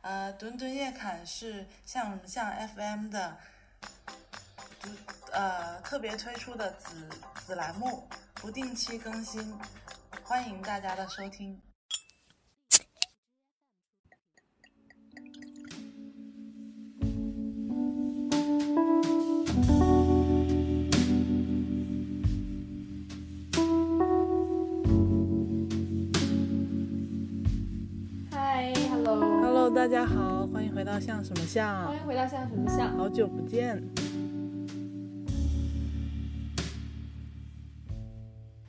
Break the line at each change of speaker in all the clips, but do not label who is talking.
呃，墩墩夜侃是像像 FM 的独呃特别推出的子子栏目，不定期更新，欢迎大家的收听。
嗨，Hello，
Hello，大家好，欢迎回到像什么
欢
像，啊
迎回到像什么像？
好久不见。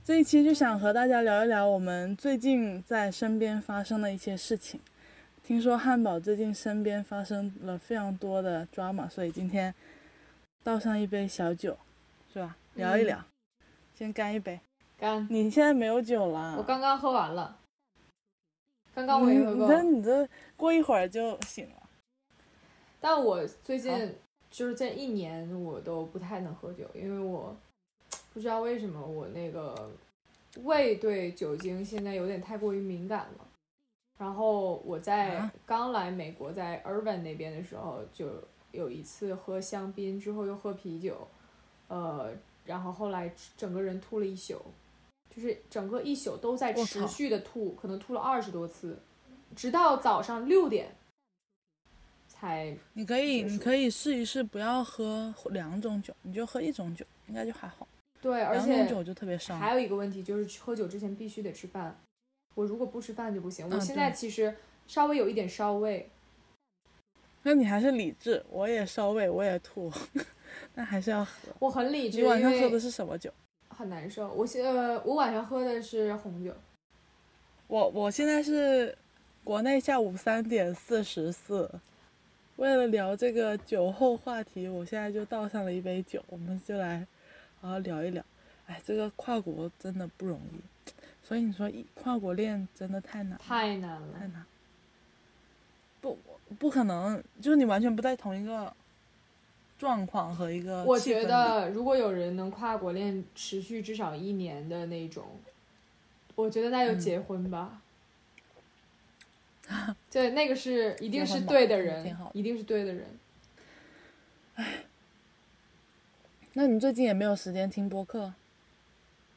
这一期就想和大家聊一聊我们最近在身边发生的一些事情。听说汉堡最近身边发生了非常多的 drama，所以今天倒上一杯小酒，是吧？聊
嗯
一聊，先干一杯。
干，
你现在没有酒了，啊
我刚刚喝完了，刚刚我也喝
你你
够，
这你这过一会儿就醒了。
但我最
好
近就是这一年我都不太能喝酒，因为我不知道为什么我那个胃对酒精现在有点太过于敏感了。然后我在
啊
刚来美国，在 Urban 那边的时候，就有一次喝香槟，之后又喝啤酒，呃，然后后来整个人吐了一宿，就是整个一宿都在
我
持
操
续的吐，可能吐了二十多次，直到早上六点才
你可以，
结
你
束
可以试一试，不要喝两种酒，你就喝一种酒，应该就还好。
对，而
两种
且
酒就特别伤。
还有一个问题就是喝酒之前必须得吃饭，我如果不吃饭就不行。我
嗯
现在
对
其实稍微有一点烧胃，
那你还是理智，我也烧胃，我也吐， 但还是要喝。
我很理智，
你晚上喝
因
的
为
是什么酒？
很难受。我现呃，我晚上喝的是红酒，
我我现在是国内下午三点四十四。为了聊这个酒后话题，我现在就倒上了一杯酒，我们就来好好聊一聊。哎，这个跨国真的不容易，所以你说一跨国恋真的太难了。
太难
太
了。
难。不，不可能，就是你完全不在同一个状况和一个
我
气氛
觉
里
得如果有人能跨国恋持续至少一年的那种，我觉得那就
嗯
结婚吧。 对，那个是一定
结婚
是
吧
对的
嗯
人
挺好，的
一定是对的人。
那你最近也没有时间听播客，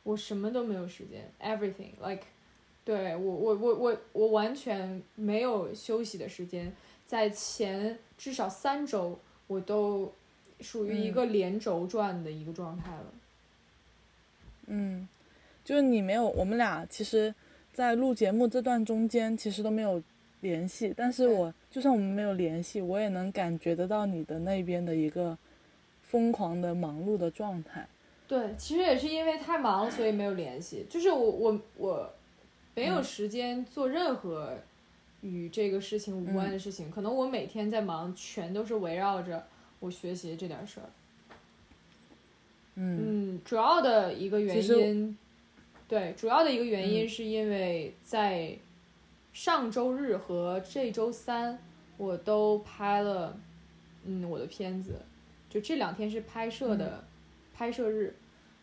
我什么都没有时间，everything like，对我我我我我完全没有休息的时间，在前至少三周我都属于一
嗯
个连轴转的一个状态了。
嗯，就是你没有，我们俩其实，在录节目这段中间其实都没有联系，但是
对
我就算我们没有联系，我也能感觉得到你的那边的一个疯狂的忙碌的状态。
对，其实也是因为太忙了，所以没有联系。就是我我我没有时间做任何与这个事情无关的事情，可能我每天在忙，全都是围绕着我学习这点事儿。
嗯，
嗯，主要的一个原
其实嗯
因，对，主要的一个原因是因为在上周日和这周三，我都拍了，嗯，我的片子，就这两天是拍摄的、
嗯
拍摄日，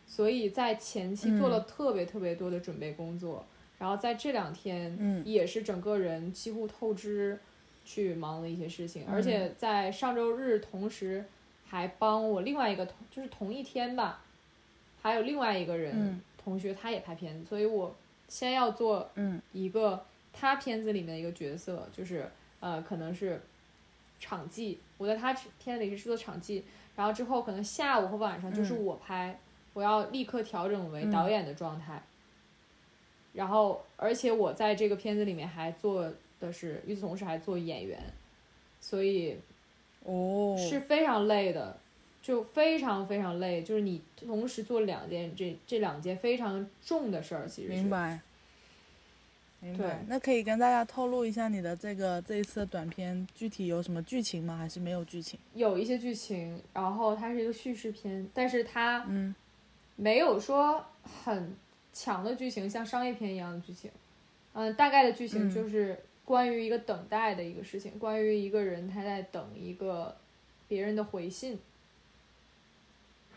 所以在前期做
嗯
了特别特别多的准备工作，然后在这两天，
嗯
也是整个人几乎透支去忙了一些事情，
嗯
而且在上周日同时还帮我另外一个同就是同一天吧，还有另外一个人、
嗯
同学他也拍片子，所以我先要做
嗯
一个他片子里面的一个角色，就是呃可能是场记，我在他片子里是做场记，然后之后可能下午和晚上就是
嗯
我拍，我要立刻调整为
嗯
导演的状态。然后，而且我在这个片子里面还做的是，与此同时还做演员，所以
哦，
是非常累的，就非常非常累，就是你同时做两件这这两件非常重的事儿，其实是
明白，明
对
白。那可以跟大家透露一下你的这个这一次的短片具体有什么剧情吗？还是没有剧情？
有一些剧情，然后它是一个叙事片，但是它
嗯
没有说很强的剧情，像商业片一样的剧情。嗯，大概的剧情
嗯
就是关于一个等待的一个事情，关于一个人他在等一个别人的回信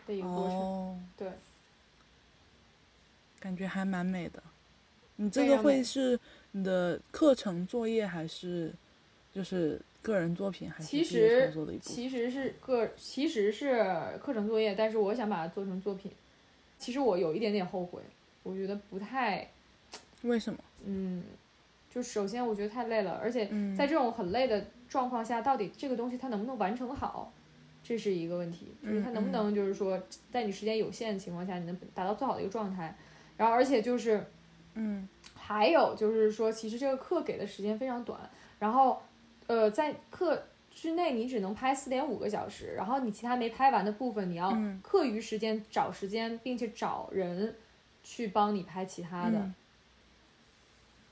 的一个过程。
哦，
对，
感觉还蛮美的。你这
非
个
常美
会是你的课程作业还是就是个人作品还是
其
毕业
实
创作的一部分？
其实是个其实是课程作业，但是我想把它做成作品。其实我有一点点后悔，我觉得不太，
为什么？
嗯，就首先我觉得太累了，而且
嗯
在这种很累的状况下，到底这个东西它能不能完成好，这是一个问题，就是它
嗯
能不
嗯
能就是说在你时间有限的情况下，你能达到最好的一个状态。然后而且就是
嗯
还有就是说，其实这个课给的时间非常短，然后，呃，在课之内你只能拍四点五个小时，然后你其他没拍完的部分，你要
嗯
课余时间找时间，并且找人去帮你拍其他的。
嗯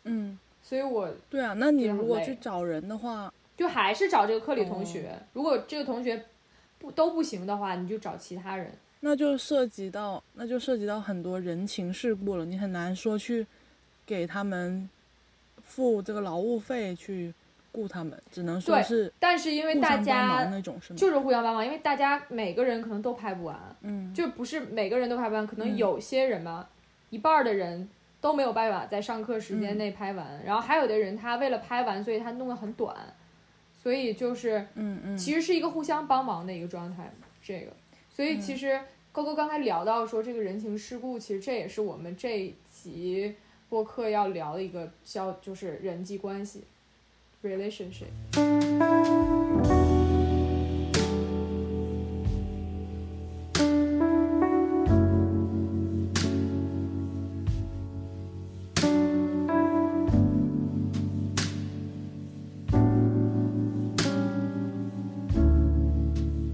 嗯，
所以我
对啊，那你
觉得很
如果
累
去找人的话，
就还是找这个课里同
哦
学，如果这个同学不都不行的话，你就找其他人。
那就涉及到那就涉及到很多人情世故了，你很难说去给他们付这个劳务费去雇他们，只能说
对
是
但是因为
互
大
相帮
家
忙那种，是吗？
就是互相帮忙，因为大家每个人可能都拍不完，
嗯
就不是每个人都拍完，可能
嗯
有些人吧，一半儿的人都没有办法在上课时
嗯
间内拍完，然后还有的人他为了拍完，所以他弄得很短，所以就是
嗯嗯，
其实是一个互相帮忙的一个状态，这个，所
嗯
以其实勾勾刚才聊到说这个人情世故，其实这也是我们这一集播客要聊的一个叫就是人际关系，relationship。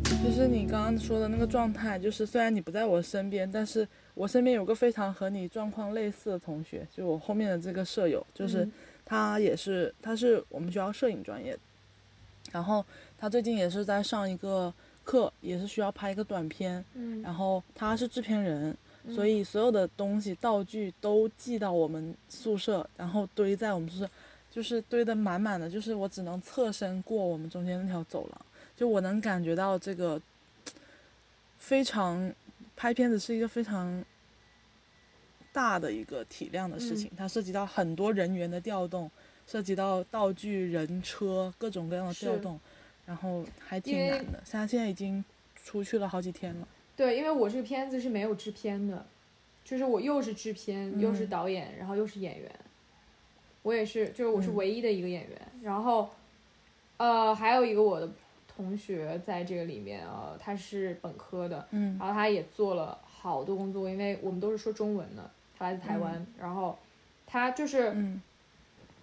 就是你刚刚说的那个状态，就是虽然你不在我身边，但是我身边有个非常和你状况类似的同学，就我后面的这个舍友，就是
嗯
他也是，他是我们学校摄影专业的，然后他最近也是在上一个课，也是需要拍一个短片，
嗯，
然后他是制片人，
嗯
所以所有的东西道具都寄到我们宿舍，然后堆在我们宿舍，就是堆得满满的，就是我只能侧身过我们中间那条走廊，就我能感觉到这个非常拍片子是一个非常大的一个体量的事情，
嗯
它涉及到很多人员的调动，涉及到道具、人、车各种各样的调
是
动，然后还
因
挺
为
难的。像现在已经出去了好几天了。
对，因为我这个片子是没有制片的，就是我又是制片，又是
嗯
导演，然后又是演员，我也是，就是我是
嗯
唯一的一个演员。然后，呃，还有一个我的同学在这个里面啊、呃，他是本科的，
嗯
然后他也做了好多工作，因为我们都是说中文的，他来自台湾，然后他就是
嗯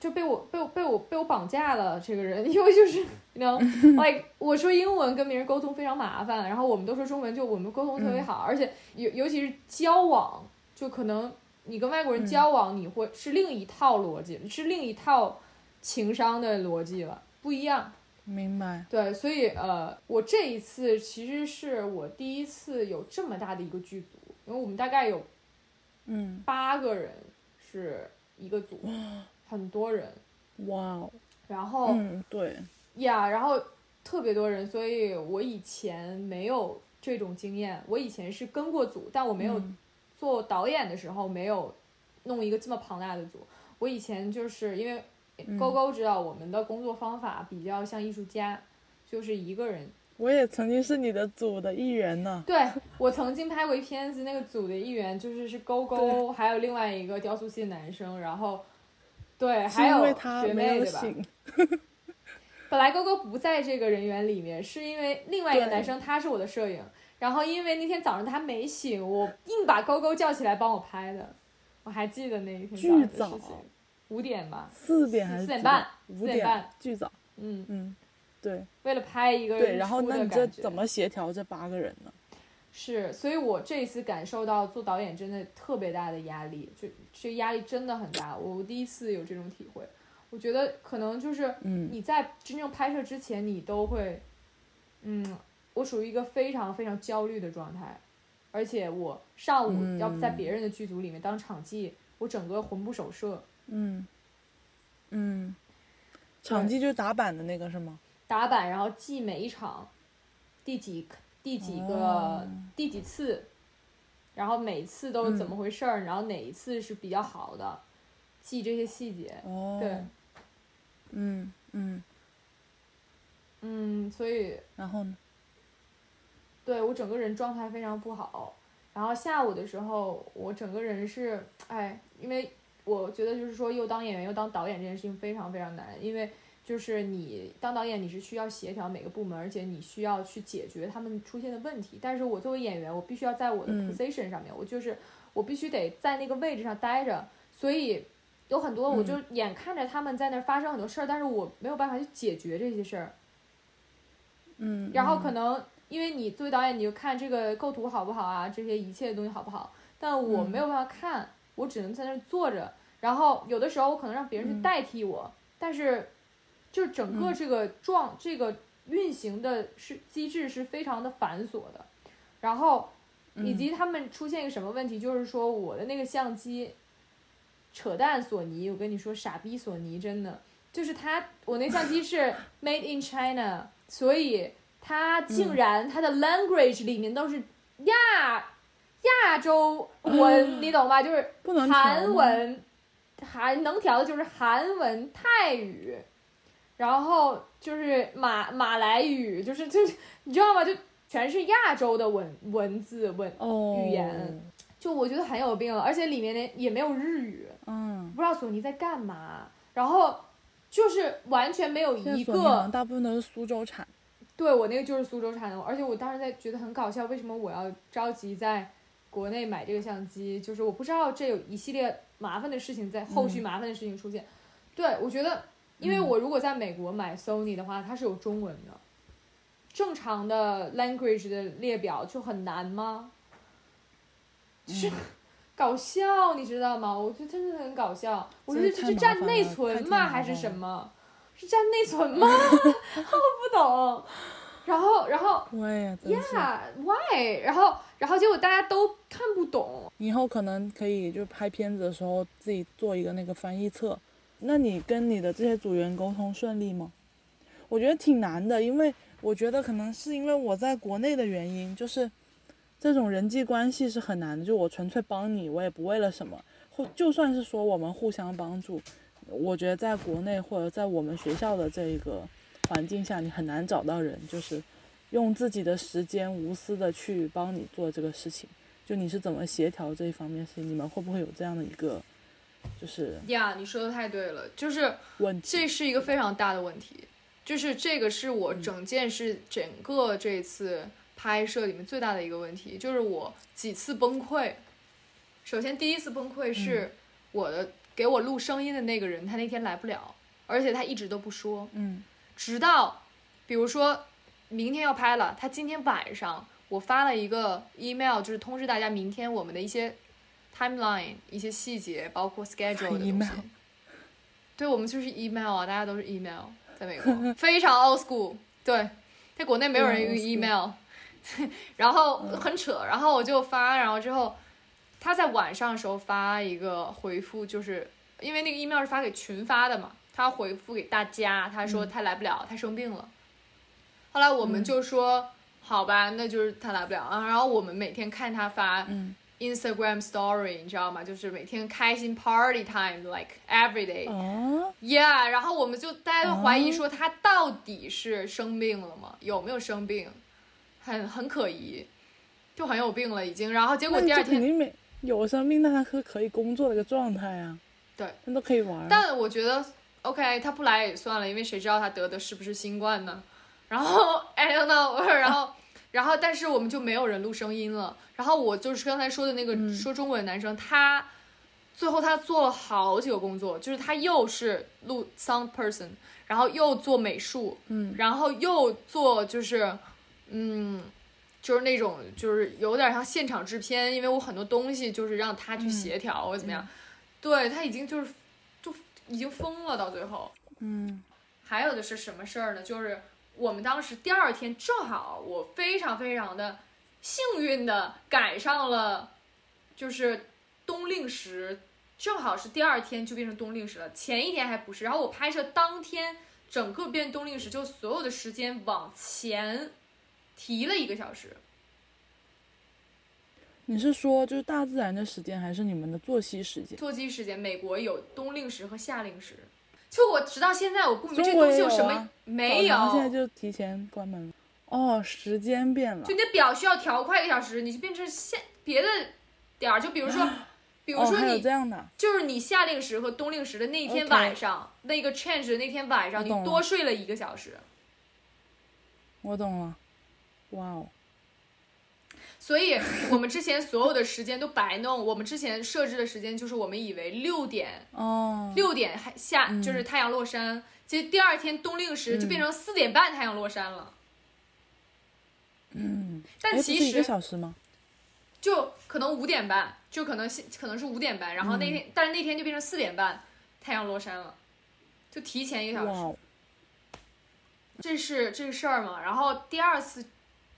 就被我被我被我被我绑架了这个人， 因为就是你 you know like 我说英文跟别人沟通非常麻烦，然后我们都说中文，就我们沟通特
嗯
别好，而且尤尤其是交往，就可能你跟外国人
嗯
交往，你会是另一套逻辑，是另一套情商的逻辑了，不一样。，
明白。
对，所以呃，我这一次其实是我第一次有这么大的一个剧组，因为我们大概有
嗯，
八个人是一个组，很多人，
哇哦。
然后。
嗯，对，
呀然后特别多人，所以我以前没有这种经验。我以前是跟过组，但我没有
嗯
做导演的时候没有弄一个这么庞大的组。我以前就是因为
嗯
勾勾知道我们的工作方法比较像艺术家，就是一个人。
我也曾经是你的组的一员呢。
对我曾经拍过一片子，那个组的一员就是是勾勾，还有另外一个雕塑系的男生，然后对，
是
还
因为
有
他
学
没
妹
有
对吧？
醒，
本来勾勾不在这个人员里面，是因为另外一个
对
男生他是我的摄影，然后因为那天早上他没醒，我硬把勾勾叫起来帮我拍的，我还记得那一天
巨早
早上的事情，五点吧，
四点还是
四点
几
半？
五
四点
点
半，
巨早。
嗯，
嗯，对
为了拍一个
对。
日
然后，
出
那
的
你这
感觉
怎么协调这八个人呢？
是，所以我这一次感受到做导演真的特别大的压力，就这压力真的很大，我第一次有这种体会，我觉得可能就是
嗯
你在真正拍摄之前，你都会，嗯，我属于一个非常非常焦虑的状态，而且我上午
嗯
要在别人的剧组里面当场记，我整个魂不守舍。
嗯嗯，场记就是打板的那个是吗？
打板，然后记每一场第几第几个、
哦
第几次，然后每次都是怎
嗯
么回事儿，然后哪一次是比较好的，记这些细节。
哦，
对，
嗯嗯，
嗯，所以
然后呢？
对我整个人状态非常不好。然后下午的时候，我整个人是，哎，因为我觉得就是说，又当演员又当导演这件事情非常非常难，因为就是你当导演，你是需要协调每个部门，而且你需要去解决他们出现的问题。但是我作为演员，我必须要在我的
嗯
position 上面，我就是我必须得在那个位置上待着，所以。有很多，我就眼看着他们在那儿发生很多事儿，但是我没有办法去解决这些事儿，
嗯，
然后
嗯
可能因为你作为导演，你就看这个构图好不好啊，这些一切的东西好不好。但我
嗯
没有办法看，我只能在那儿坐着。然后有的时候我可能让别人去
嗯
代替我，但是就是整个
嗯
这个状、这个运行的是机制是非常的繁琐的。然后
嗯
以及他们出现一个什么问题，就是说我的那个相机，扯淡索尼，我跟你说傻逼索尼，真的就是它，我那相机是 made in China，所以它竟然它的 language 里面都是亚亚洲文，你懂吧？就是
不能调
韩
吗，
文，韩能调的就是韩文、泰语，然后就是马马来语，就是就是你知道吗？就全是亚洲的文文字文，
哦，
语言，就我觉得很有病了，而且里面连也没有日语，
嗯，
不知道索尼在干嘛，然后就是完全没有
现在
一
索尼好像
个
大部分都是苏州产，
对我那个就是苏州产的，而且我当时在觉得很搞笑，为什么我要着急在国内买这个相机？就是我不知道这有一系列麻烦的事情在
嗯
后续麻烦的事情出现。对我觉得，因为我如果在美国买 Sony 的话，它是有中文的，正常的 language 的列表就很难吗？
嗯
就是。 搞笑，你知道吗？我觉得真的很搞笑。我觉得
这
这
太
是
麻
占
烦
内
了太
存
挺
吗？
麻
还是
烦
什
了
么？是占内存 吗？ 我不懂。然后，然后
我也真是。
呀、w h y 然后，然后结果大家都看不懂。
以后可能可以就拍片子的时候自己做一个那个翻译册。那你跟你的这些组员沟通顺利吗？我觉得挺难的，因为我觉得可能是因为我在国内的原因，就是这种人际关系是很难的。就我纯粹帮你，我也不为了什么，或就算是说我们互相帮助，我觉得在国内或者在我们学校的这一个环境下，你很难找到人，就是用自己的时间无私的去帮你做这个事情。就你是怎么协调这一方面事情？你们会不会有这样的一个就是
呀你说的太对了，就是
问题？
这是一个非常大的问题，就是这个是我整件事、整个这次拍摄里面最大的一个问题，就是我几次崩溃。首先第一次崩溃是我的、给我录声音的那个人，他那天来不了，而且他一直都不说。
嗯
直到比如说明天要拍了，他今天晚上我发了一个 email，就是通知大家明天我们的一些 timeline、一些细节，包括 schedule 的东西
email。
对，我们就是 email 啊，大家都是 email，在美国非常 old school。对，在国内没有人
非常
用
old school
email，然后很扯，然后我就发，然后之后他在晚上的时候发一个回复，就是因为那个 email 是发给群发的嘛，他回复给大家，他说他来不了，他生病了。后来我们就说、好吧，那就是他来不了啊。然后我们每天看他发
嗯
Instagram story，你知道吗？就是每天开心 party time，like every day。
啊，
Yeah，然后我们就大家就怀
哦
疑说他到底是生病了吗？有没有生病？很很可疑，就很有病了已经。然后结
那
果
你
第
就
二
肯
天，
定没有生病，那他是可以工作的一个状态啊。
对，
那都可以玩儿。
但我觉得 OK，他不来也算了，因为谁知道他得的是不是新冠呢？然后 I don't know，然 后然后但是我们就没有人录声音了。然后我就是刚才说的那个说中文的男生，他最后他做了好几个工作，就是他又是录 sound person，然后又做美术，
嗯，
然后又做就是，嗯，就是那种就是有点像现场制片，因为我很多东西就是让他去协调或者怎么样，对他已经就是就已经疯了到最后。
嗯
还有的是什么事儿呢？就是我们当时第二天正好我非常非常的幸运的赶上了，就是冬令时，正好是第二天就变成冬令时了，前一天还不是。然后我拍摄当天整个变冬令时，就所有的时间往前提了一个小时。
你是说就是大自然的时间，还是你们的作息时间？
作息时间，美国有冬令时和夏令时。就我直到现在，我不明白这
中国
东
也
西有什
有
么
啊
没
澡堂现在
有。
就提前关门了。哦，时间变了
就。你的表需要调快一个小时，你就变成现别的点儿，就比如说，比如
哦，
说
还有
你
这样的。
就是你夏令时和冬令时的那一天
OK
晚上那个 change 的那天晚上，
我
你
懂了
多睡了一个小时，
我懂了，哇哦，
所以我们之前所有的时间都白弄。我们之前设置的时间就是我们以为六点
哦，
六点还下就是
嗯
太阳落山，其实第二天冬令时就变成四点半太阳落山了。嗯，
哎，
但
不
其
是一
实
个小时吗？
就可能五点半，就可能是可能是五点半，然后那天、但是那天就变成四点半，太阳落山了，就提前一个
哇
小时。
哦，
这是这个事儿嘛。然后第二次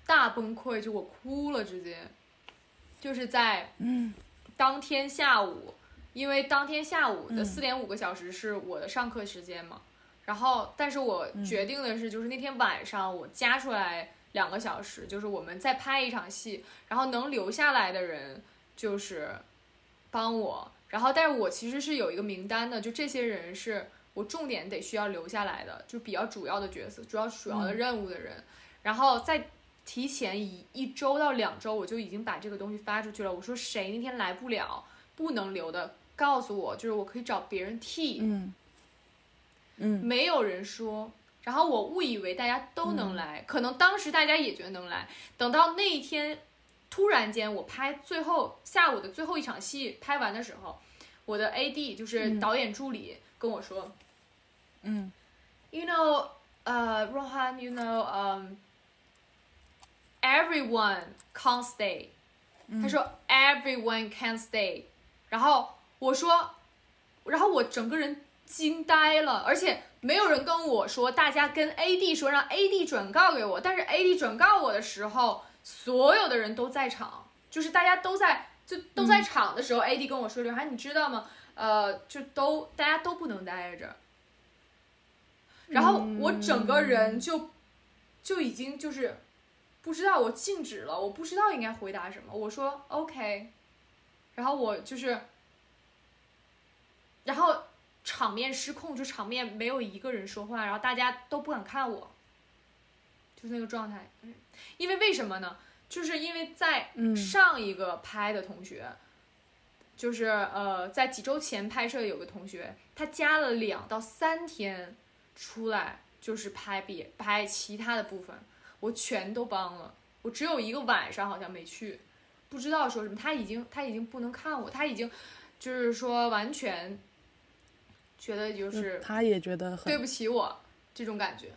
大崩溃，就我哭了，直接就是在当天下午，因为当天下午的四点五个小时是我的上课时间嘛。然后，但是我决定的是，就是那天晚上我加出来两个小时，就是我们再拍一场戏，然后能留下来的人就是帮我。然后，但是我其实是有一个名单的，就这些人是我重点得需要留下来的，就比较主要的角色、主要主要的任务的人，然后再提前一一周到两周，我就已经把这个东西发出去了。我说谁那天来不了，不能留的，告诉我，就是我可以找别人替。
嗯，嗯，
没有人说。然后我误以为大家都能来，可能当时大家也觉得能来。等到那一天，突然间我拍最后下午的最后一场戏拍完的时候，我的 AD 就是导演助理跟我说，
嗯
，You know，呃、r o h a n you um, know，um，everyone can't stay、他说 everyone can stay，然后我说，然后我整个人惊呆了，而且没有人跟我说，大家跟 AD 说让 AD 转告给我，但是 AD 转告我的时候，所有的人都在场，就是大家都在就都在场的时候、a d 跟我说刘涵，你知道吗？呃，就都大家都不能待着，然后我整个人就就已经就是不知道我静止了，我不知道应该回答什么。我说 OK，然后我就是，然后场面失控，就场面没有一个人说话，然后大家都不敢看我，就是那个状态。嗯因为为什么呢？就是因为在
嗯
上一个拍的同学，就是呃，在几周前拍摄有个同学，他加了两到三天出来，就是拍别拍其他的部分，我全都帮了，我只有一个晚上好像没去，不知道说什么。他已经他已经不能看我，他已经就是说完全觉得
就
就
是他也觉得
对
嗯很，
不起我这种感觉，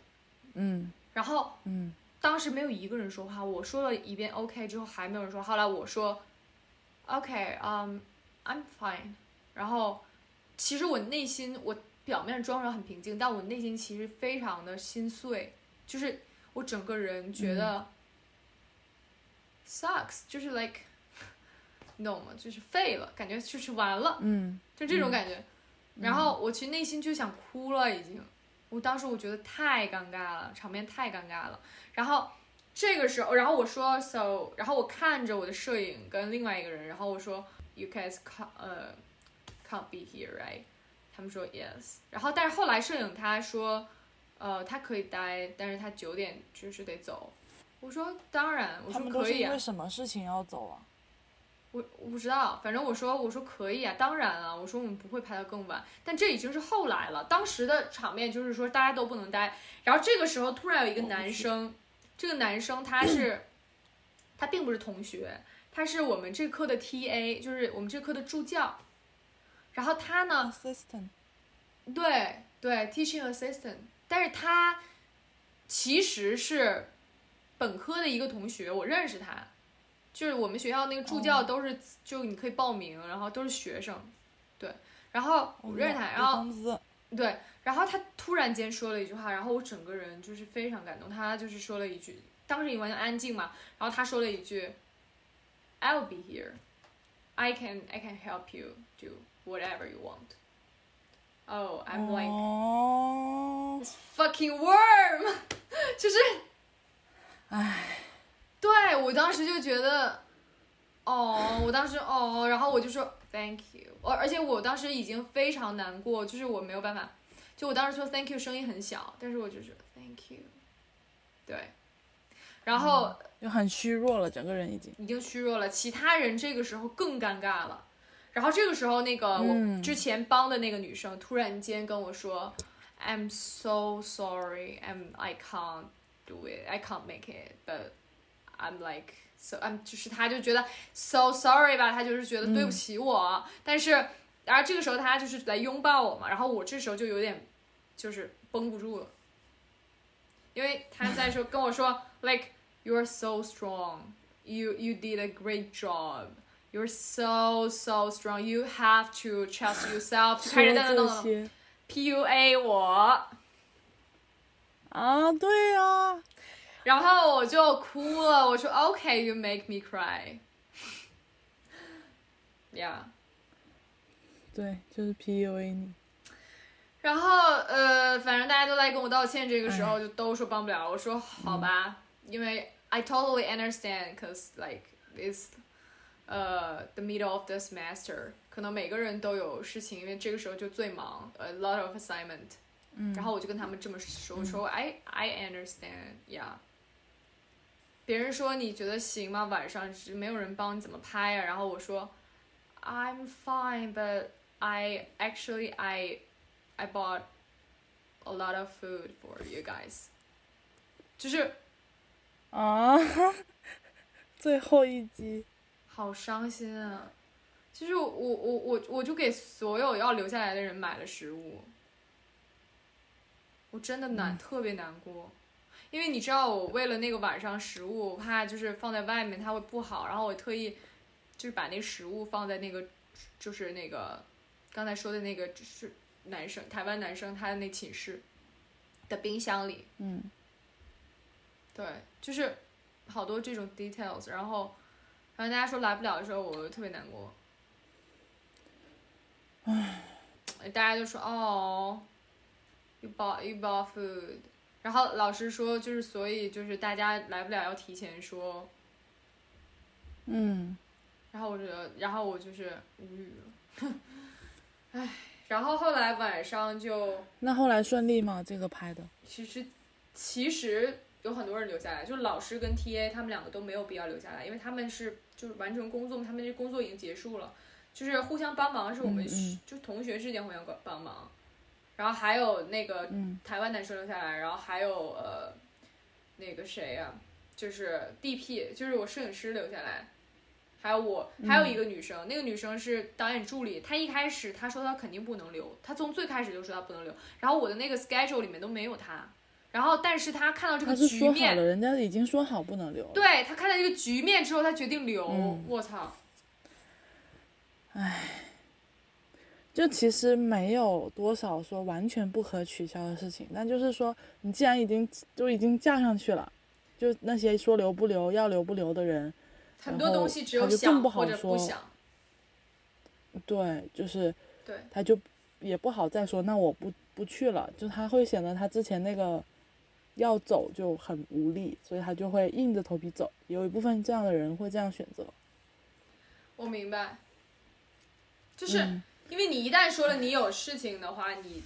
嗯
然后
嗯
当时没有一个人说话，我说了一遍 OK 之后还没有人说，后来我说 OK，嗯、i m fine。然后其实我内心我表面装着很平静，但我内心其实非常的心碎，就是我整个人觉得、sucks，就是 like 你懂吗？就是废了，感觉就是完了。
嗯，
就这种感觉。然后我其实内心就想哭了，已经。我当时我觉得太尴尬了，场面太尴尬了。然后这个时候，然后我说 so，然后我看着我的摄影跟另外一个人，然后我说 you guys can't 呃、can't be here right？他们说 yes。然后但是后来摄影他说，呃，他可以待，但是他九点就是得走。我说当然，我
他
说
们都
可
是
以、啊。
因为什么事情要走啊？
我我不知道，反正我说我说可以啊，当然啊，我说我们不会拍到更晚，但这已经是后来了。当时的场面就是说大家都不能待，然后这个时候突然有一个男生，这个男生他是他并不是同学，他是我们这科的 TA，就是我们这科的助教。然后他呢，
assistant，
对对，teaching assistant，但是他其实是本科的一个同学，我认识他，就是我们学校那个助教都是、就你可以报名，然后都是学生，对，然后我认识他，然后
工资，
对，然后他突然间说了一句话，然后我整个人就是非常感动。他就是说了一句，当时已经完全安静嘛，然后他说了一句，I'll be here, I can I can help you do whatever you want. Oh, I'm like
哦，
fucking worm，就是， 对我当时就觉得，哦，我当时哦，然后我就说 thank you，而而且我当时已经非常难过，就是我没有办法，就我当时说 thank you 声音很小，但是我就觉得 thank you，对，然后
就很虚弱了，整个人已经。
已经虚弱了，其他人这个时候更尴尬了。然后这个时候，那个我
嗯
之前帮的那个女生突然间跟我说、i m so sorry, I'm I can't do it, I can't make it, but I'm like so I'm 就是她就觉得 so sorry 吧，她就是觉得对不起我，但是然后这个时候她就是来拥抱我嘛，然后我这时候就有点就是绷不住了，因为她在说跟我说 like you're so strong, you you did a great job. You're so so strong. You have to trust yourself. 就
说
开始在那
这
弄了
些
PUA 我，
啊，对呀、啊，
然后我就哭了。我说 OK，you、make me cry。yeah，
对，就是 PUA 你。
然后呃，反正大家都来跟我道歉，这个时候就都说帮不了。我说好吧，因为 I totally understand，cause like it's 呃、the middle of the semester，可能每个人都有事情，因为这个时候就最忙，a lot of assignment。
嗯，
然后我就跟他们这么说，我说 I I understand yeah。别人说你觉得行吗？晚上是没有人帮你怎么拍啊呀、然后我说 I'm fine, but I actually I I bought a lot of food for you guys。就是
啊，最后一击，
好伤心啊！其实我我我我我就给所有要留下来的人买了食物，我真的难、特别难过，因为你知道我为了那个晚上食物，我怕就是放在外面它会不好，然后我特意就是把那食物放在那个就是那个刚才说的那个就是男生台湾男生他的那寝室的冰箱里，
嗯，
对，就是好多这种 details，然后然后大家说来不了的时候，我特别难过。唉，哎大家就说哦，you bought you bought food，然后老师说就是所以就是大家来不了要提前说，
嗯，
然后我就然后我就是无语了，唉，然后后来晚上就。
那后来顺利吗？这个拍的，
其实其实有很多人留下来，就是老师跟 TA 他们两个都没有必要留下来，因为他们是就是完成工作，他们这工作已经结束了，就是互相帮忙是我们、
嗯嗯
就同学之间互相帮忙，然后还有那个
嗯
台湾男生留下来，然后还有呃那个谁呀、就是 DP，就是我摄影师留下来。还有我，还有一
嗯
个女生，那个女生是导演助理。她一开始她说她肯定不能留，她从最开始就说她不能留。然后我的那个 schedule 里面都没有她。然后，但是她看到这
他
个
是
局
说好
面，
了，人家已经说好不能留了。
对她看到这个局面之后，她决定留。
嗯
我操，
就其实没有多少说完全不可取消的事情，但就是说，你既然已经就已经架上去了，就那些说留不留、要留不留的人，
很多
然后
东西只有
她就
想
更不好
或者不
说
想。
对，就是
对
他就也不好再说，那我不不去了，就他会显得他之前那个要走就很无力，所以他就会硬着头皮走。有一部分这样的人会这样选择，
我明白，就是、
嗯
因为你一旦说了你有事情的话，你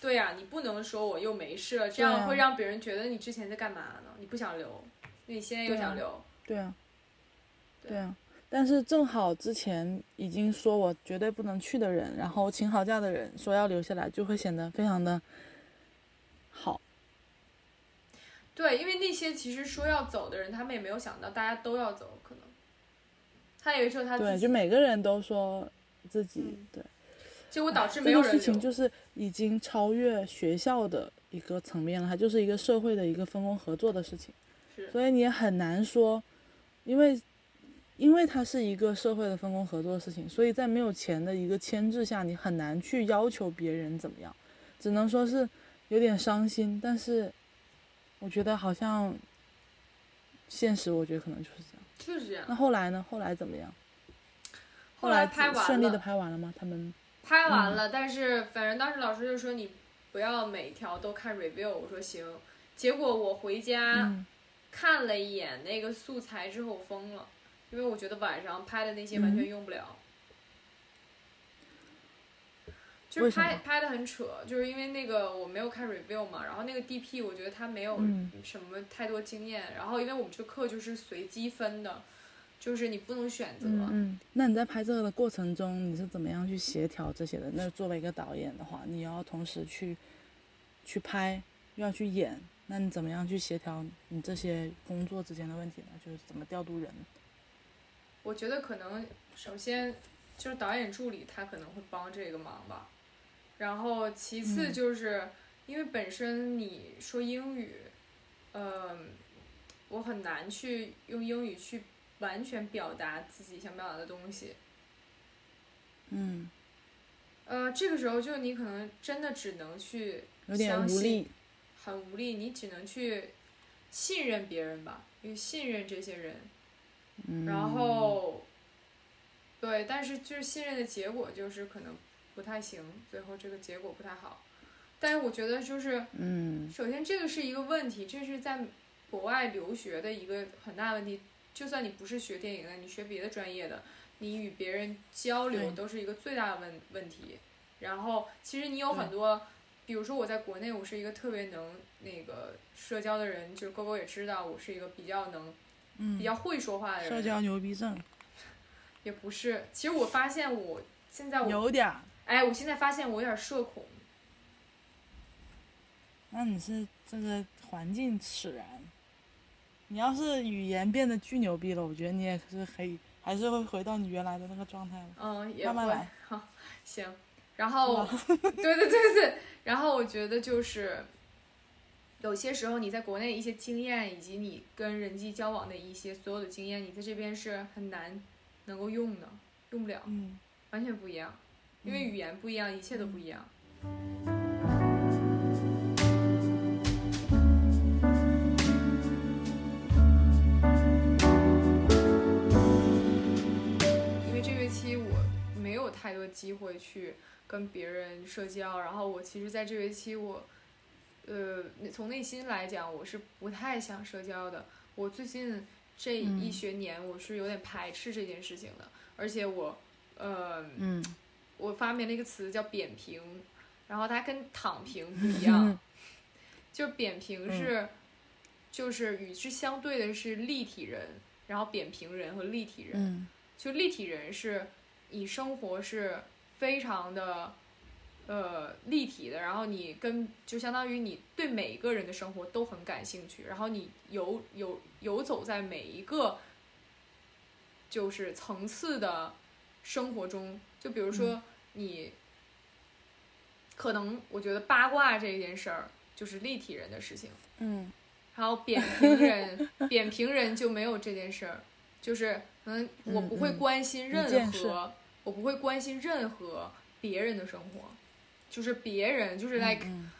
对呀、你不能说我又没事了，这
对
样
啊
会让别人觉得你之前在干嘛呢？你不想留，那你现在又
对啊
想留，
对啊，
对
对啊。但是正好之前已经说我绝对不能去的人，然后请好假的人说要留下来，就会显得非常的好。
对，因为那些其实说要走的人，他们也没有想到大家都要走，可能他以为只有他自
对，
己
就，每个人都说自己、
嗯
对。
结果导致没
这
有
个
人
事情
留。
就是已经超越学校的一个层面了，它就是一个社会的一个分工合作的事情，
是
所以你也很难说，因为因为它是一个社会的分工合作的事情，所以在没有钱的一个牵制下，你很难去要求别人怎么样，只能说是有点伤心，但是我觉得好像现实，我觉得可能就是这样。
就是这样。
那后来呢？后来怎么样？后
来
来
拍完了，
顺利的拍完了吗？他们
拍完
嗯
了，但是反正当时老师就说你不要每条都看 review，我说行。结果我回家。
嗯
看了一眼那个素材之后疯了，因为我
嗯
觉得晚上拍的那些完全用不了。就是
为什么
拍拍的很扯，就是因为那个我没有看 review 嘛，然后那个 DP 我觉得他没有
嗯
什么太多经验，然后因为我们这课就是随机分的，就是你不能选择，
嗯嗯，那你在拍这个的过程中，你是怎么样去协调这些的？那作为一个导演的话，你要同时去去拍，又要去演，那你怎么样去协调你这些工作之间的问题呢？就是怎么调度人？
我觉得可能首先就是导演助理他可能会帮这个忙吧，然后其次
嗯
就是、因为本身你说英语，呃，我很难去用英语去完全表达自己想表达的东西，
嗯，
呃，这个时候就你可能真的只能去
有点
相
无
信
力。
很无力，你只能去信任别人吧，去信任这些人，
嗯，
然后，对，但是就是信任的结果就是可能不太行，最后这个结果不太好。但是我觉得就是，
嗯
首先这个是一个问题，这是在国外留学的一个很大问题。就算你不是学电影的，你学别的专业的，你与别人交流
对
都是一个最大的问问题。然后其实你有很多，比如说我在国内，我是一个特别能那个社交的人，就是勾勾也知道我是一个比较能、比
嗯，
较会说话的人，
社交牛逼症
也不是，其实我发现我现在我，
有点儿。
哎，我现在发现我有点社恐，
那你是这个环境使然。你要是语言变得巨牛逼了，我觉得你也是可以，还是会回到你原来的那个状态了。
嗯，也
慢慢
会
来，
好，行。然后，对对对对，然后我觉得就是，有些时候你在国内一些经验，以及你跟人际交往的一些所有的经验，你在这边是很难能够用的，用不了，
嗯，
完全不一样，因为语言不一样，一切都不一样。因为这学期我没有太多机会去跟别人社交，然后我其实在这学期我，呃，从内心来讲，我是不太想社交的。我最近这一
嗯
学年，我是有点排斥这件事情的，而且我，呃，
嗯，
我发明了一个词叫扁平，然后它跟躺平不一样， 就是扁平是，就是与之相对的是立体人，然后扁平人和立体人，
嗯
就立体人是你生活是非常的呃立体的，然后你跟就相当于你对每一个人的生活都很感兴趣，然后你游游游走在每一个就是层次的生活中，就比如说你、可能我觉得八卦这件事儿就是立体人的事情。
嗯
然后扁平人，扁平人就没有这件事儿，就是可能我不会
嗯嗯
关心任
一件事
何，我不会关心任何别人的生活，就是别人，就是 like
嗯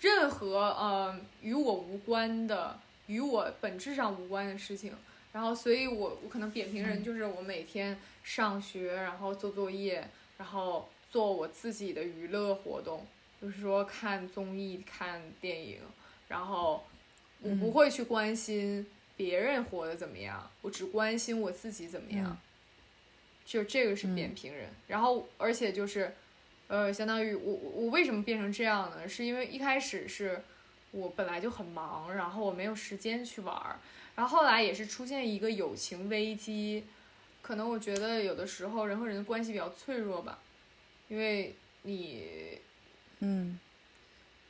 任何呃与我无关的、与我本质上无关的事情。然后，所以我我可能扁平
嗯
人就是我每天上学，然后做作业，然后做我自己的娱乐活动，就是说看综艺、看电影，然后我不
嗯
会去关心别人活得怎么样，我只关心我自己怎么样。
嗯
就这个是扁平人，然后而且就是，呃，相当于我我我为什么变成这样呢？是因为一开始是我本来就很忙，然后我没有时间去玩儿，然后后来也是出现一个友情危机，可能我觉得有的时候人和人的关系比较脆弱吧，因为你
嗯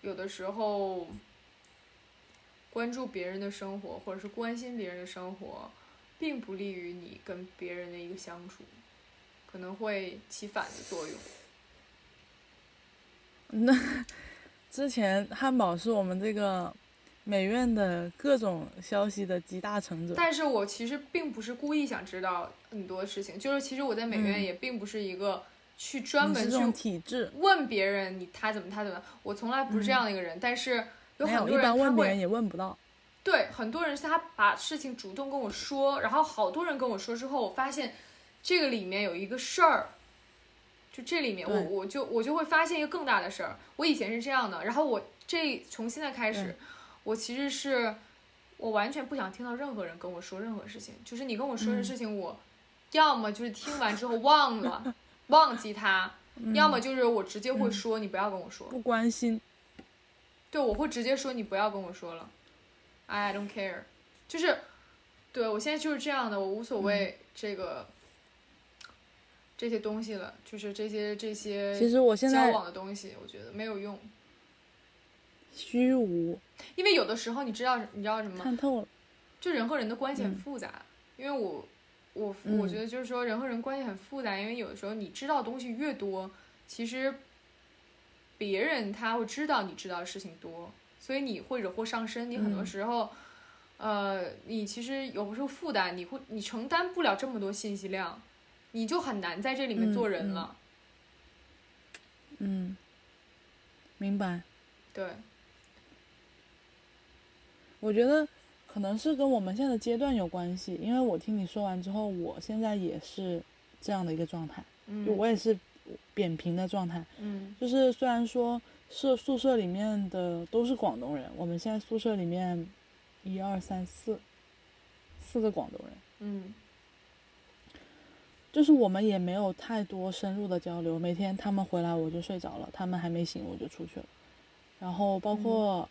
有的时候关注别人的生活，或者是关心别人的生活，并不利于你跟别人的一个相处，可能会起反的作用。
之前汉堡是我们这个美院的各种消息的集大成者。
但是我其实并不是故意想知道很多事情，就是其实我在美院
嗯
也并不是一个去专
你是
门
这种
去
体质，
问别人你他怎么他怎么，我从来不是这样的一个人。但是
嗯没
有很
有
多
一
人他
般
会
问别人也问不到。
对，很多人是他把事情主动跟我说，然后好多人跟我说之后，我发现这个里面有一个事儿，就这里面我
对
我就我就会发现一个更大的事儿。我以前是这样的，然后我这从现在开始
嗯，
我其实是我完全不想听到任何人跟我说任何事情， 就是你跟我说的事情，我要么就是听完之后忘了，忘记它，要么就是我直接会说、你不要跟我说，
不关心，
对我会直接说你不要跟我说了，I don't care，就是对我现在就是这样的，我无所谓
嗯
这个、这些东西了，就是这些这些
其实我现
交
在
往的东西，我觉得没有用，
虚无
因为有的时候你知道你知道什么吗？
看透了，
就人和人的关
嗯
系很复杂，因为我我我觉得就是说人和人关系很复杂，因为有的时候你知道的东西越多，其实别人他会知道你知道的事情多，所以你会惹祸上身。你很
嗯
多时候，呃，你其实有时候负担，你会你承担不了这么多信息量，你就很难在这里面
嗯
做人
嗯
了。
嗯，明白。
对，
我觉得可能是跟我们现在的阶段有关系，因为我听你说完之后，我现在也是这样的一个状态，就
嗯
我也是扁平的状态。
嗯
就是虽然说舍宿舍里面的都是广东人，我们现在宿舍里面一二三四四个广东人，
嗯
就是我们也没有太多深入的交流。每天他们回来我就睡着了，他们还没醒我就出去了。然后包
嗯
括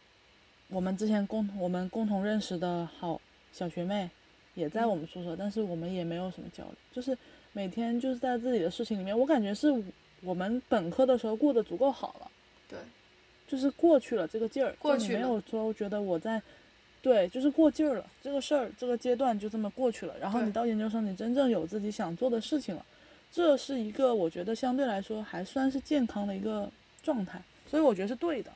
我们之前共同我们共同认识的好小学妹，也
嗯
在我们宿舍，但是我们也没有什么交流，就是每天就是在自己的事情里面。我感觉是我们本科的时候过得足够好了，
对，
就是过去了这个劲儿，就
过
你
去
没
了
有说觉得我在。对，就是过劲儿了，这个事儿，这个阶段就这么过去了。然后
对
你到研究生，你真正有自己想做的事情了，这是一个我觉得相对来说还算是健康的一个状态，所以我觉得是对的，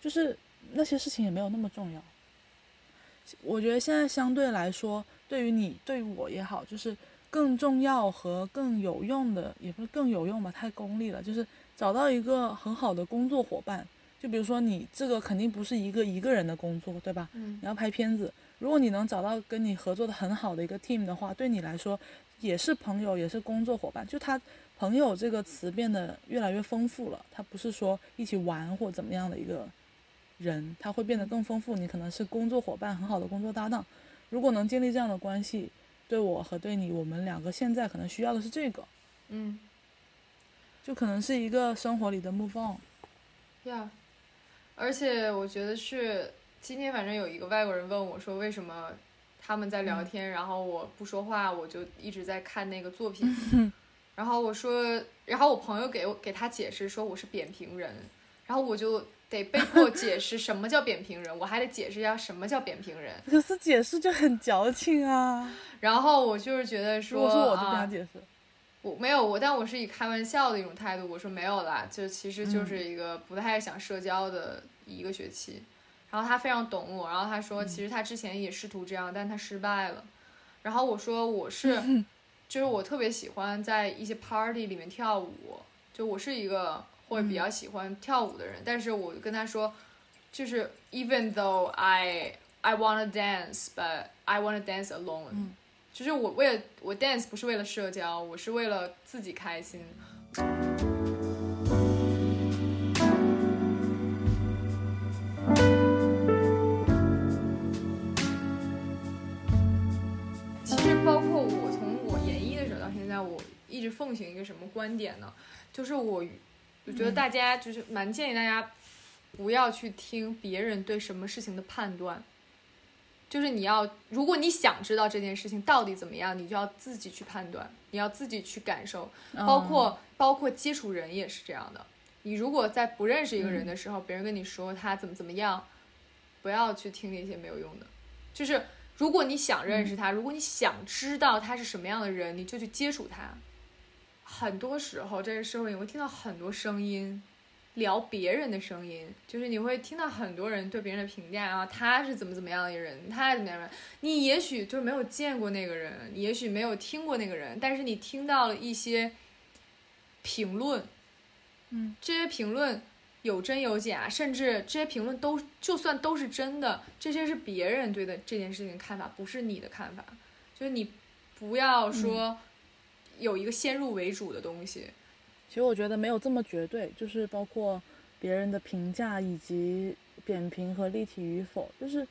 就是那些事情也没有那么重要。我觉得现在相对来说，对于你对于我也好，就是更重要和更有用的，也不是更有用吧，太功利了，就是找到一个很好的工作伙伴。就比如说你这个肯定不是一个一个人的工作，对吧？
嗯
你要拍片子，如果你能找到跟你合作的很好的一个 team 的话，对你来说也是朋友，也是工作伙伴。就他朋友这个词变得越来越丰富了，他不是说一起玩或怎么样的一个人，他会变得更丰富。你可能是工作伙伴，很好的工作搭档。如果能建立这样的关系，对我和对你，我们两个现在可能需要的是这个，
嗯。
就可能是一个生活里的 move on。
呀、而且我觉得是今天，反正有一个外国人问我说，为什么他们在聊天，然后我不说话，我就一直在看那个作品。 然后我说，然后我朋友给我给他解释说我是扁平人，然后我就得被迫 解释什么叫扁平人，我还得解释一下什么叫扁平人。
可是解释就很矫情啊！
然后我就是觉得
如
说，
果是我就跟
啊
他解释，
我没有我，但我是以开玩笑的一种态度，我说没有啦，就其实就是一个不太想社交的一个学期。然后他非常懂我，然后他说其实他之前也试图这样，但他失败了。然后我说我是，就是我特别喜欢在一些 party 里面跳舞，就我是一个会比较喜欢跳舞的人，但是我跟他说，就是 even though I I wanna dance, but I wanna dance alone、就是我为了我 dance 不是为了社交，我是为了自己开心。其实包括我从我研一的时候到现在，我一直奉行一个什么观点呢？就是我我觉得大家就是蛮建议大家不要去听别人对什么事情的判断。就是你要，如果你想知道这件事情到底怎么样，你就要自己去判断，你要自己去感受，
嗯
包括、包括接触人也是这样的。你如果在不认识一个人的时候，别人跟你说他怎么怎么样，不要去听那些没有用的。就是如果你想认识他，如果你想知道他是什么样的人，你就去接触他。很多时候，这个社会你会听到很多声音，聊别人的声音，就是你会听到很多人对别人的评价啊，他是怎么怎么样的一个人，他是怎么样的人。你也许就没有见过那个人，你也许没有听过那个人，但是你听到了一些评论，
嗯，
这些评论有真有假，甚至这些评论都就算都是真的，这些是别人对的这件事情的看法，不是你的看法。就是你不要
嗯
说有一个先入为主的东西，
其实我觉得没有这么绝对，就是包括别人的评价以及扁平和立体与否，就是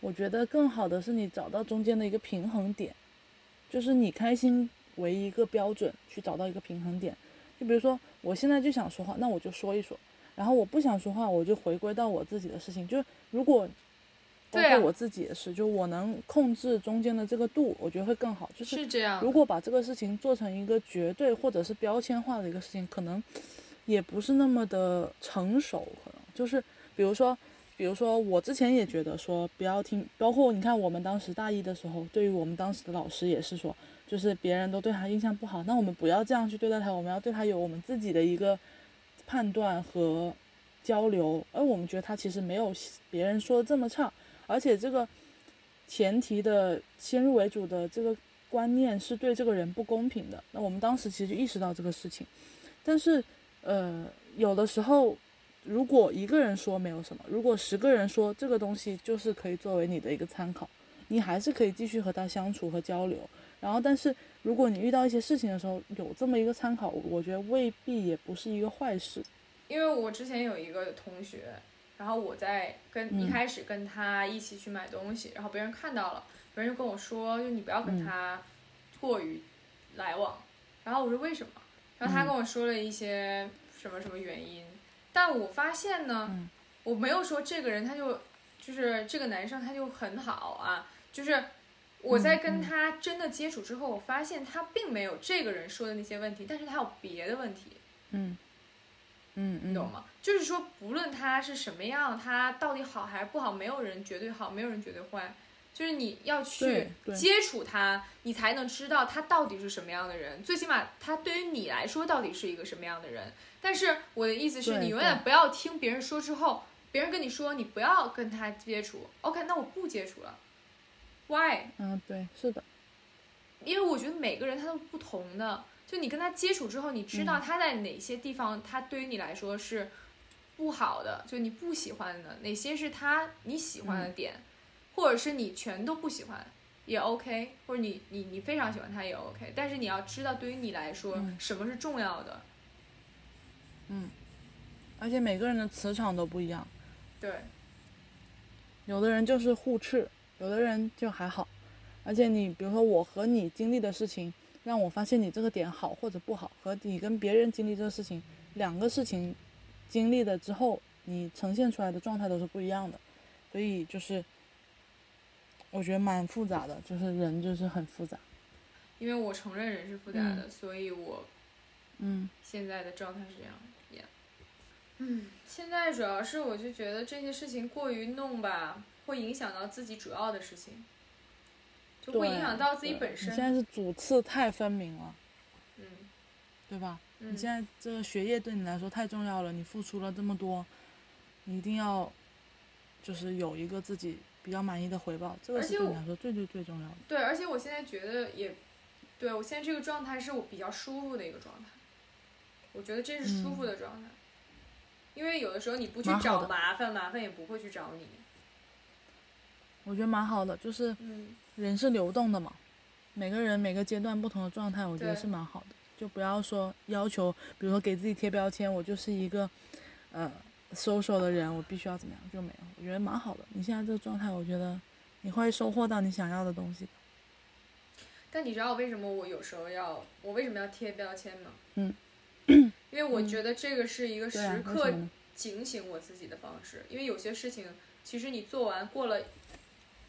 我觉得更好的是你找到中间的一个平衡点，就是你开心为一个标准去找到一个平衡点。就比如说，我现在就想说话，那我就说一说；然后我不想说话，我就回归到我自己的事情。就是如果包
对啊
括我自己也是，就我能控制中间的这个度，我觉得会更好。就是
是这样的。
如果把这个事情做成一个绝对或者是标签化的一个事情，可能也不是那么的成熟。可能就是比如说，比如说我之前也觉得说不要听，包括你看我们当时大一的时候，对于我们当时的老师也是说，就是别人都对他印象不好，那我们不要这样去对待他，我们要对他有我们自己的一个判断和交流。而我们觉得他其实没有别人说的这么差，而且这个前提的先入为主的这个观念是对这个人不公平的。那我们当时其实就意识到这个事情，但是呃，有的时候如果一个人说没有什么，如果十个人说这个东西就是可以作为你的一个参考，你还是可以继续和他相处和交流。然后，但是如果你遇到一些事情的时候，有这么一个参考，我觉得未必也不是一个坏事。
因为我之前有一个同学，然后我在跟一
嗯
开始跟他一起去买东西，然后别人看到了，别人就跟我说，就你不要跟
嗯
他过于来往。然后我说为什么？然后他
嗯
跟我说了一些什么什么原因，但我发现呢，
嗯
我没有说这个人他就就是这个男生他就很好啊，就是。我在跟
嗯嗯
他真的接触之后，我发现他并没有这个人说的那些问题，但是他有别的问题。
嗯嗯
你
嗯，
懂吗？就是说，不论他是什么样，他到底好还是不好，没有人绝对好，没有人绝对坏。就是你要去
对对
接触他，你才能知道他到底是什么样的人。最起码，他对于你来说到底是一个什么样的人。但是我的意思是
对
你永远不要听别人说之后，别人跟你说你不要跟他接触。OK，那我不接触了。Why？
嗯，对，是的，
因为我觉得每个人他都不同的，就你跟他接触之后，你知道他在哪些地方，他对于你来说是不好的，就你不喜欢的，哪些是他你喜欢的点，或者是你全都不喜欢也 OK，或者你你你非常喜欢他也 OK，但是你要知道对于你来说、
嗯
什么是重要的，
而且每个人的磁场都不一样，
对，
有的人就是互斥，有的人就还好。而且你比如说我和你经历的事情，让我发现你这个点好或者不好，和你跟别人经历这个事情，两个事情经历了之后，你呈现出来的状态都是不一样的。所以就是我觉得蛮复杂的，就是人就是很复杂。
因为我承认人是复杂的，所以我
嗯
现在的状态是这样，yeah。嗯，现在主要是我就觉得这些事情过于弄吧，会影响到自己主要的事情，就
对
会影响到自己
对
本
你现
身。
在是主次太分明了，
嗯
对吧？
嗯
你现在这个学业对你来说太重要了，你付出了这么多，你一定要就是有一个自己比较满意的回报，这个
而且
是对你
我
来说最最最重要的。
嗯对，而且我现在觉得也，对我现在这个状态是我比较舒服的一个状态，我觉得这是舒服的状态，因为有的时候你不去
嗯蛮好
找
的
麻烦，麻烦也不会去找你。
我觉得蛮好的，就是
嗯，
人是流动的嘛，每个人每个阶段不同的状态，我觉得
对
是蛮好的。就不要说要求，比如说给自己贴标签，我就是一个呃 social 的人，我必须要怎么样，就没有。我觉得蛮好的，你现在这个状态，我觉得你会收获到你想要的东西。
但你知道为什么我有时候要我为什么要贴标签吗？
嗯，
因为我觉得这个是一个时
对啊，为
刻
什么呢？
警醒我自己的方式，因为有些事情其实你做完过了，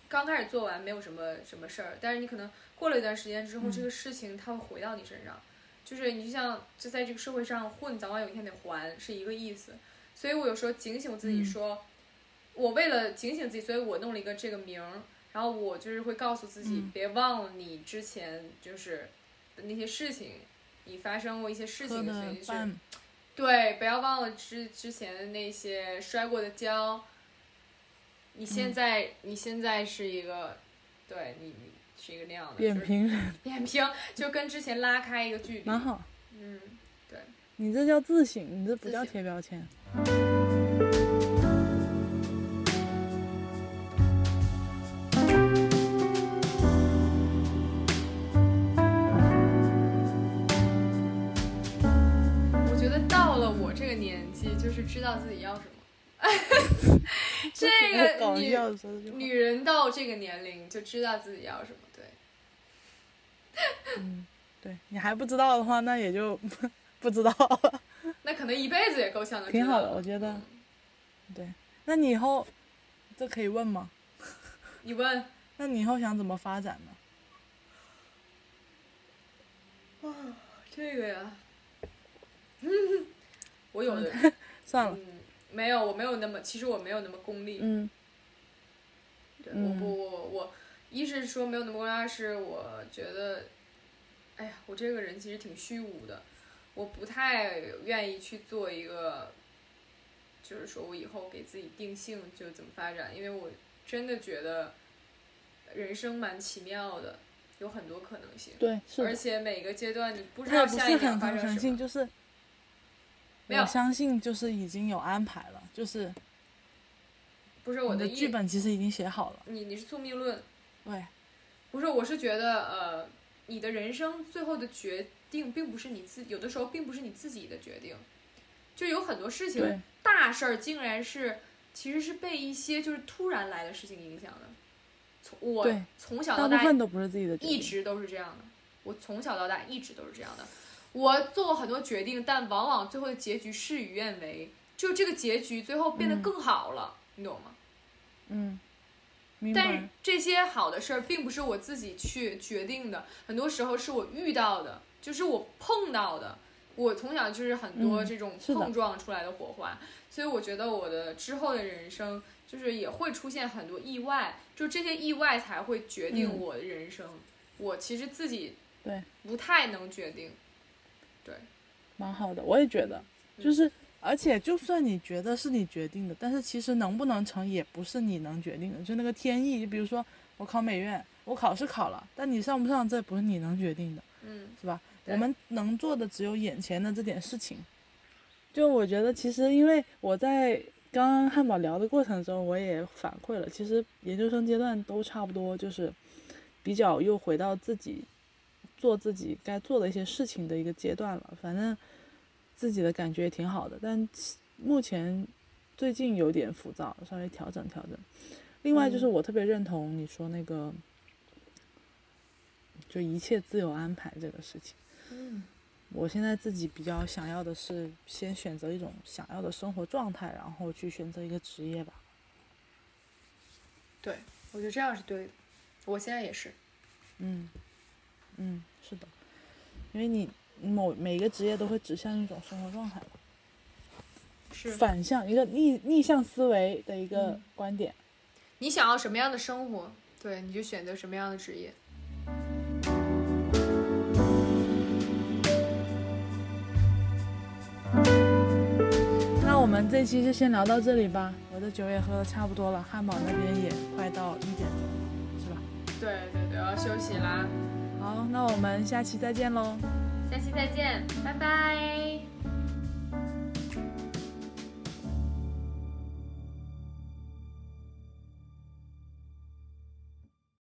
刚开始做完没有什么什么事儿，但是你可能过了一段时间之后，
嗯
这个事情它会回到你身上，就是你就像就在这个社会上混，早晚有一天得还，是一个意思。所以我有时候警醒我自己
嗯
说，我为了警醒自己，所以我弄了一个这个名儿，然后我就是会告诉自己，
嗯
别忘了你之前就是的那些事情，你发生过一些事
喝
情，所
的
以就是。
半
对，不要忘了之之前的那些摔过的跤。你
嗯
现在、你现在是一个，对你你是一个那样的
扁，
就是
平人，
扁平，就跟之前拉开一个距离。
蛮好。
嗯，对，
你这叫自省，你这不
自
叫
省
贴标 签。
我觉得到了我这个年纪，就是知道自己要什么。 这
太
个
搞
女
笑了说这句话
女人到这个年龄就知道自己要什么，对。
对你还不知道的话，那也就 不知道，
那可能一辈子也够呛能知
挺好
道嗯
的，我觉得。对， 那你以后这可以问吗？
你问，
那你以后想怎么发展呢？
这个 呀，我有的，
算了，
嗯，没有，我没有那么，其实我没有那么功利，
嗯
对，我
嗯
不，我我，一是说没有那么功利，二是我觉得，哎呀，我这个人其实挺虚无的，我不太愿意去做一个，就是说我以后给自己定性就怎么发展，因为我真的觉得人生蛮奇妙的，有很多可能性。
对，是
而
的，
且每个阶段你不知
他也
道
不
下一
是
秒
很
发
很
生
相
什
信，
么，
就是
没有
我相信就是已经有安排了，就是
不是我
你
的
的
意
剧，本其实已经写好了。
你你是宿命论，
对，
不是，我是觉得呃，你的人生最后的决定并不是你自，有的时候并不是你自己的决定，就有很多事
对
情大事儿竟然是其实是被一些就是突然来的事情影响的。从我
对
从小
大
到
部
大
分都不是自己的决
一
定。
直都是这样的，我从小到大一直都是这样的。我做过很多决定，但往往最后的结局事与愿违，就这个结局最后变得
嗯
更好了，你懂吗？
嗯，明
但是
白。
这些好的事儿并不是我自己去决定的，很多时候是我遇到的，就是我碰到的。我从小就是很多
嗯
这种
是的
碰撞出来的火花，所以我觉得我的之后的人生就是也会出现很多意外，就这些意外才会决定
嗯
我的人生。我其实自己
对
不太能决定，
蛮好的，我也觉得，
嗯
就是而且就算你觉得是你决定的，但是其实能不能成也不是你能决定的，就那个天意。就比如说我考美院，我考试考了，但你上不上这不是你能决定的，
嗯
是吧？
对
我们能做的只有眼前的这点事情。就我觉得，其实因为我在刚刚汉堡聊的过程中，我也反馈了，其实研究生阶段都差不多，就是比较又回到自己做自己该做的一些事情的一个阶段了。反正自己的感觉也挺好的，但其目前最近有点浮躁，稍微调整调整。嗯另外就是我特别认同你说那个，就一切自有安排这个事情。
嗯
我现在自己比较想要的是，先选择一种想要的生活状态，然后去选择一个职业吧。
对，我觉得这样是对的。我现在也是，
嗯，嗯，是的，因为你某每个职业都会指向一种生活状态嘛，
是
反向一个逆逆向思维的一个
嗯
观点。
你想要什么样的生活，对，你就选择什么样的职业。
那我们这期就先聊到这里吧，我的酒也喝的差不多了，汉堡那边也快到一点钟了，是吧？
对对对，要休息啦。
好，那我们下期再见喽。
下期再见，拜拜。